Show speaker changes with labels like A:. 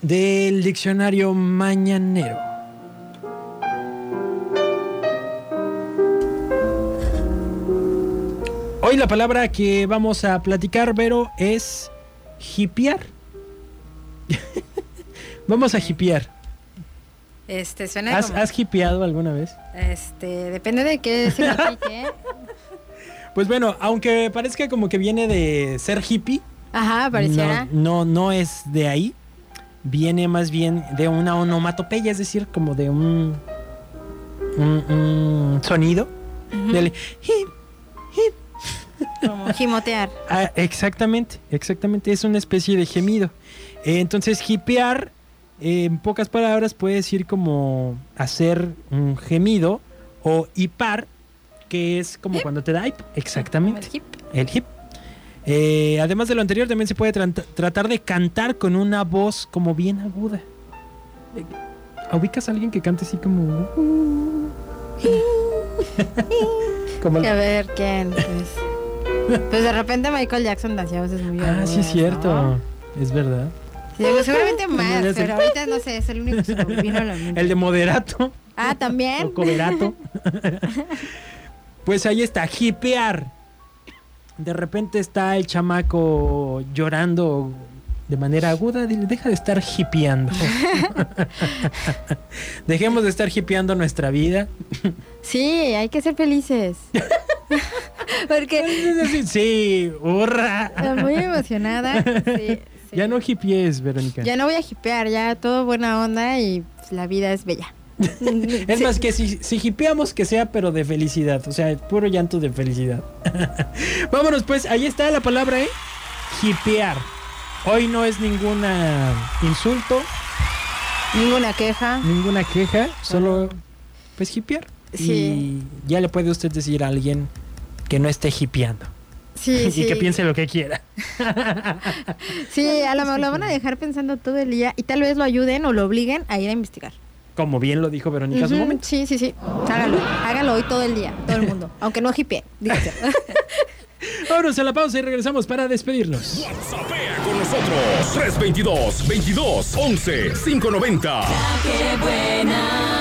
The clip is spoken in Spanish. A: del diccionario mañanero. Hoy la palabra que vamos a platicar, Vero, es hipiar. vamos a hipiar.
B: Este, suena
A: ¿Has,
B: como...
A: ¿Has hipiado alguna vez?
B: Este, depende de qué signifique.
A: Pues bueno, aunque parezca como que viene de ser hippie,
B: Ajá, pareciera.
A: no, no, no es de ahí. Viene más bien de una onomatopeya, es decir, como de un, un- un sonido. del hip, hip.
B: Como gimotear.
A: Ah, exactamente, exactamente. Es una especie de gemido. Eh, entonces, hipear, eh, en pocas palabras, puede decir como hacer un gemido o hipar, que es como cuando te da hip.
B: Como
A: Exactamente.
B: el hip.
A: El hip. Eh, además de lo anterior, también se puede tran- tratar de cantar con una voz como bien aguda. Eh, ¿Ubicas a alguien que cante así como... como
B: A ver, ¿quién? Pues, pues de repente Michael Jackson hacía voces muy
A: Ah, sí es
B: agudas,
A: cierto.
B: ¿no?
A: Es verdad.
B: Sí, pues seguramente
A: le
B: más,
A: hace-
B: pero ahorita no sé, es el único que se me vino a la mente.
A: El de moderato
B: Ah,
A: o
B: ¿también?
A: coverato. Em. pues ahí está, hipear. De repente está el chamaco llorando de manera aguda. Dile, deja de estar hipeando. Dejemos de estar hipeando nuestra vida.
B: Sí, hay que ser felices. Porque
A: Sí, hurra.
B: estoy muy emocionada. sí, sí.
A: Ya no hipees, Verónica.
B: Ya no voy a hipear, ya todo buena onda y pues, la vida es bella.
A: Es más, que si, si hipeamos que sea, pero de felicidad. O sea, puro llanto de felicidad. Vámonos, pues, ahí está la palabra, ¿eh? Hipear. Hoy no es ninguna insulto,
B: Ninguna queja.
A: ninguna queja, solo, pues, hipear.
B: Sí.
A: Y ya le puede usted decir a alguien que no esté hipeando.
B: Sí,
A: Y
B: sí.
A: que piense lo que quiera.
B: Sí, a lo mejor lo van a dejar pensando todo el día y tal vez lo ayuden o lo obliguen a ir a investigar.
A: Como bien lo dijo Verónica hace un
B: Ujú,
A: momento.
B: Sí, sí, sí. Hágalo. Hágalo hoy todo el día, todo el mundo. Aunque no hippie. dígase.
A: Vámonos a la pausa y regresamos para despedirnos.
C: WhatsAppea con nosotros. 322 22 11 590.
D: qué buena.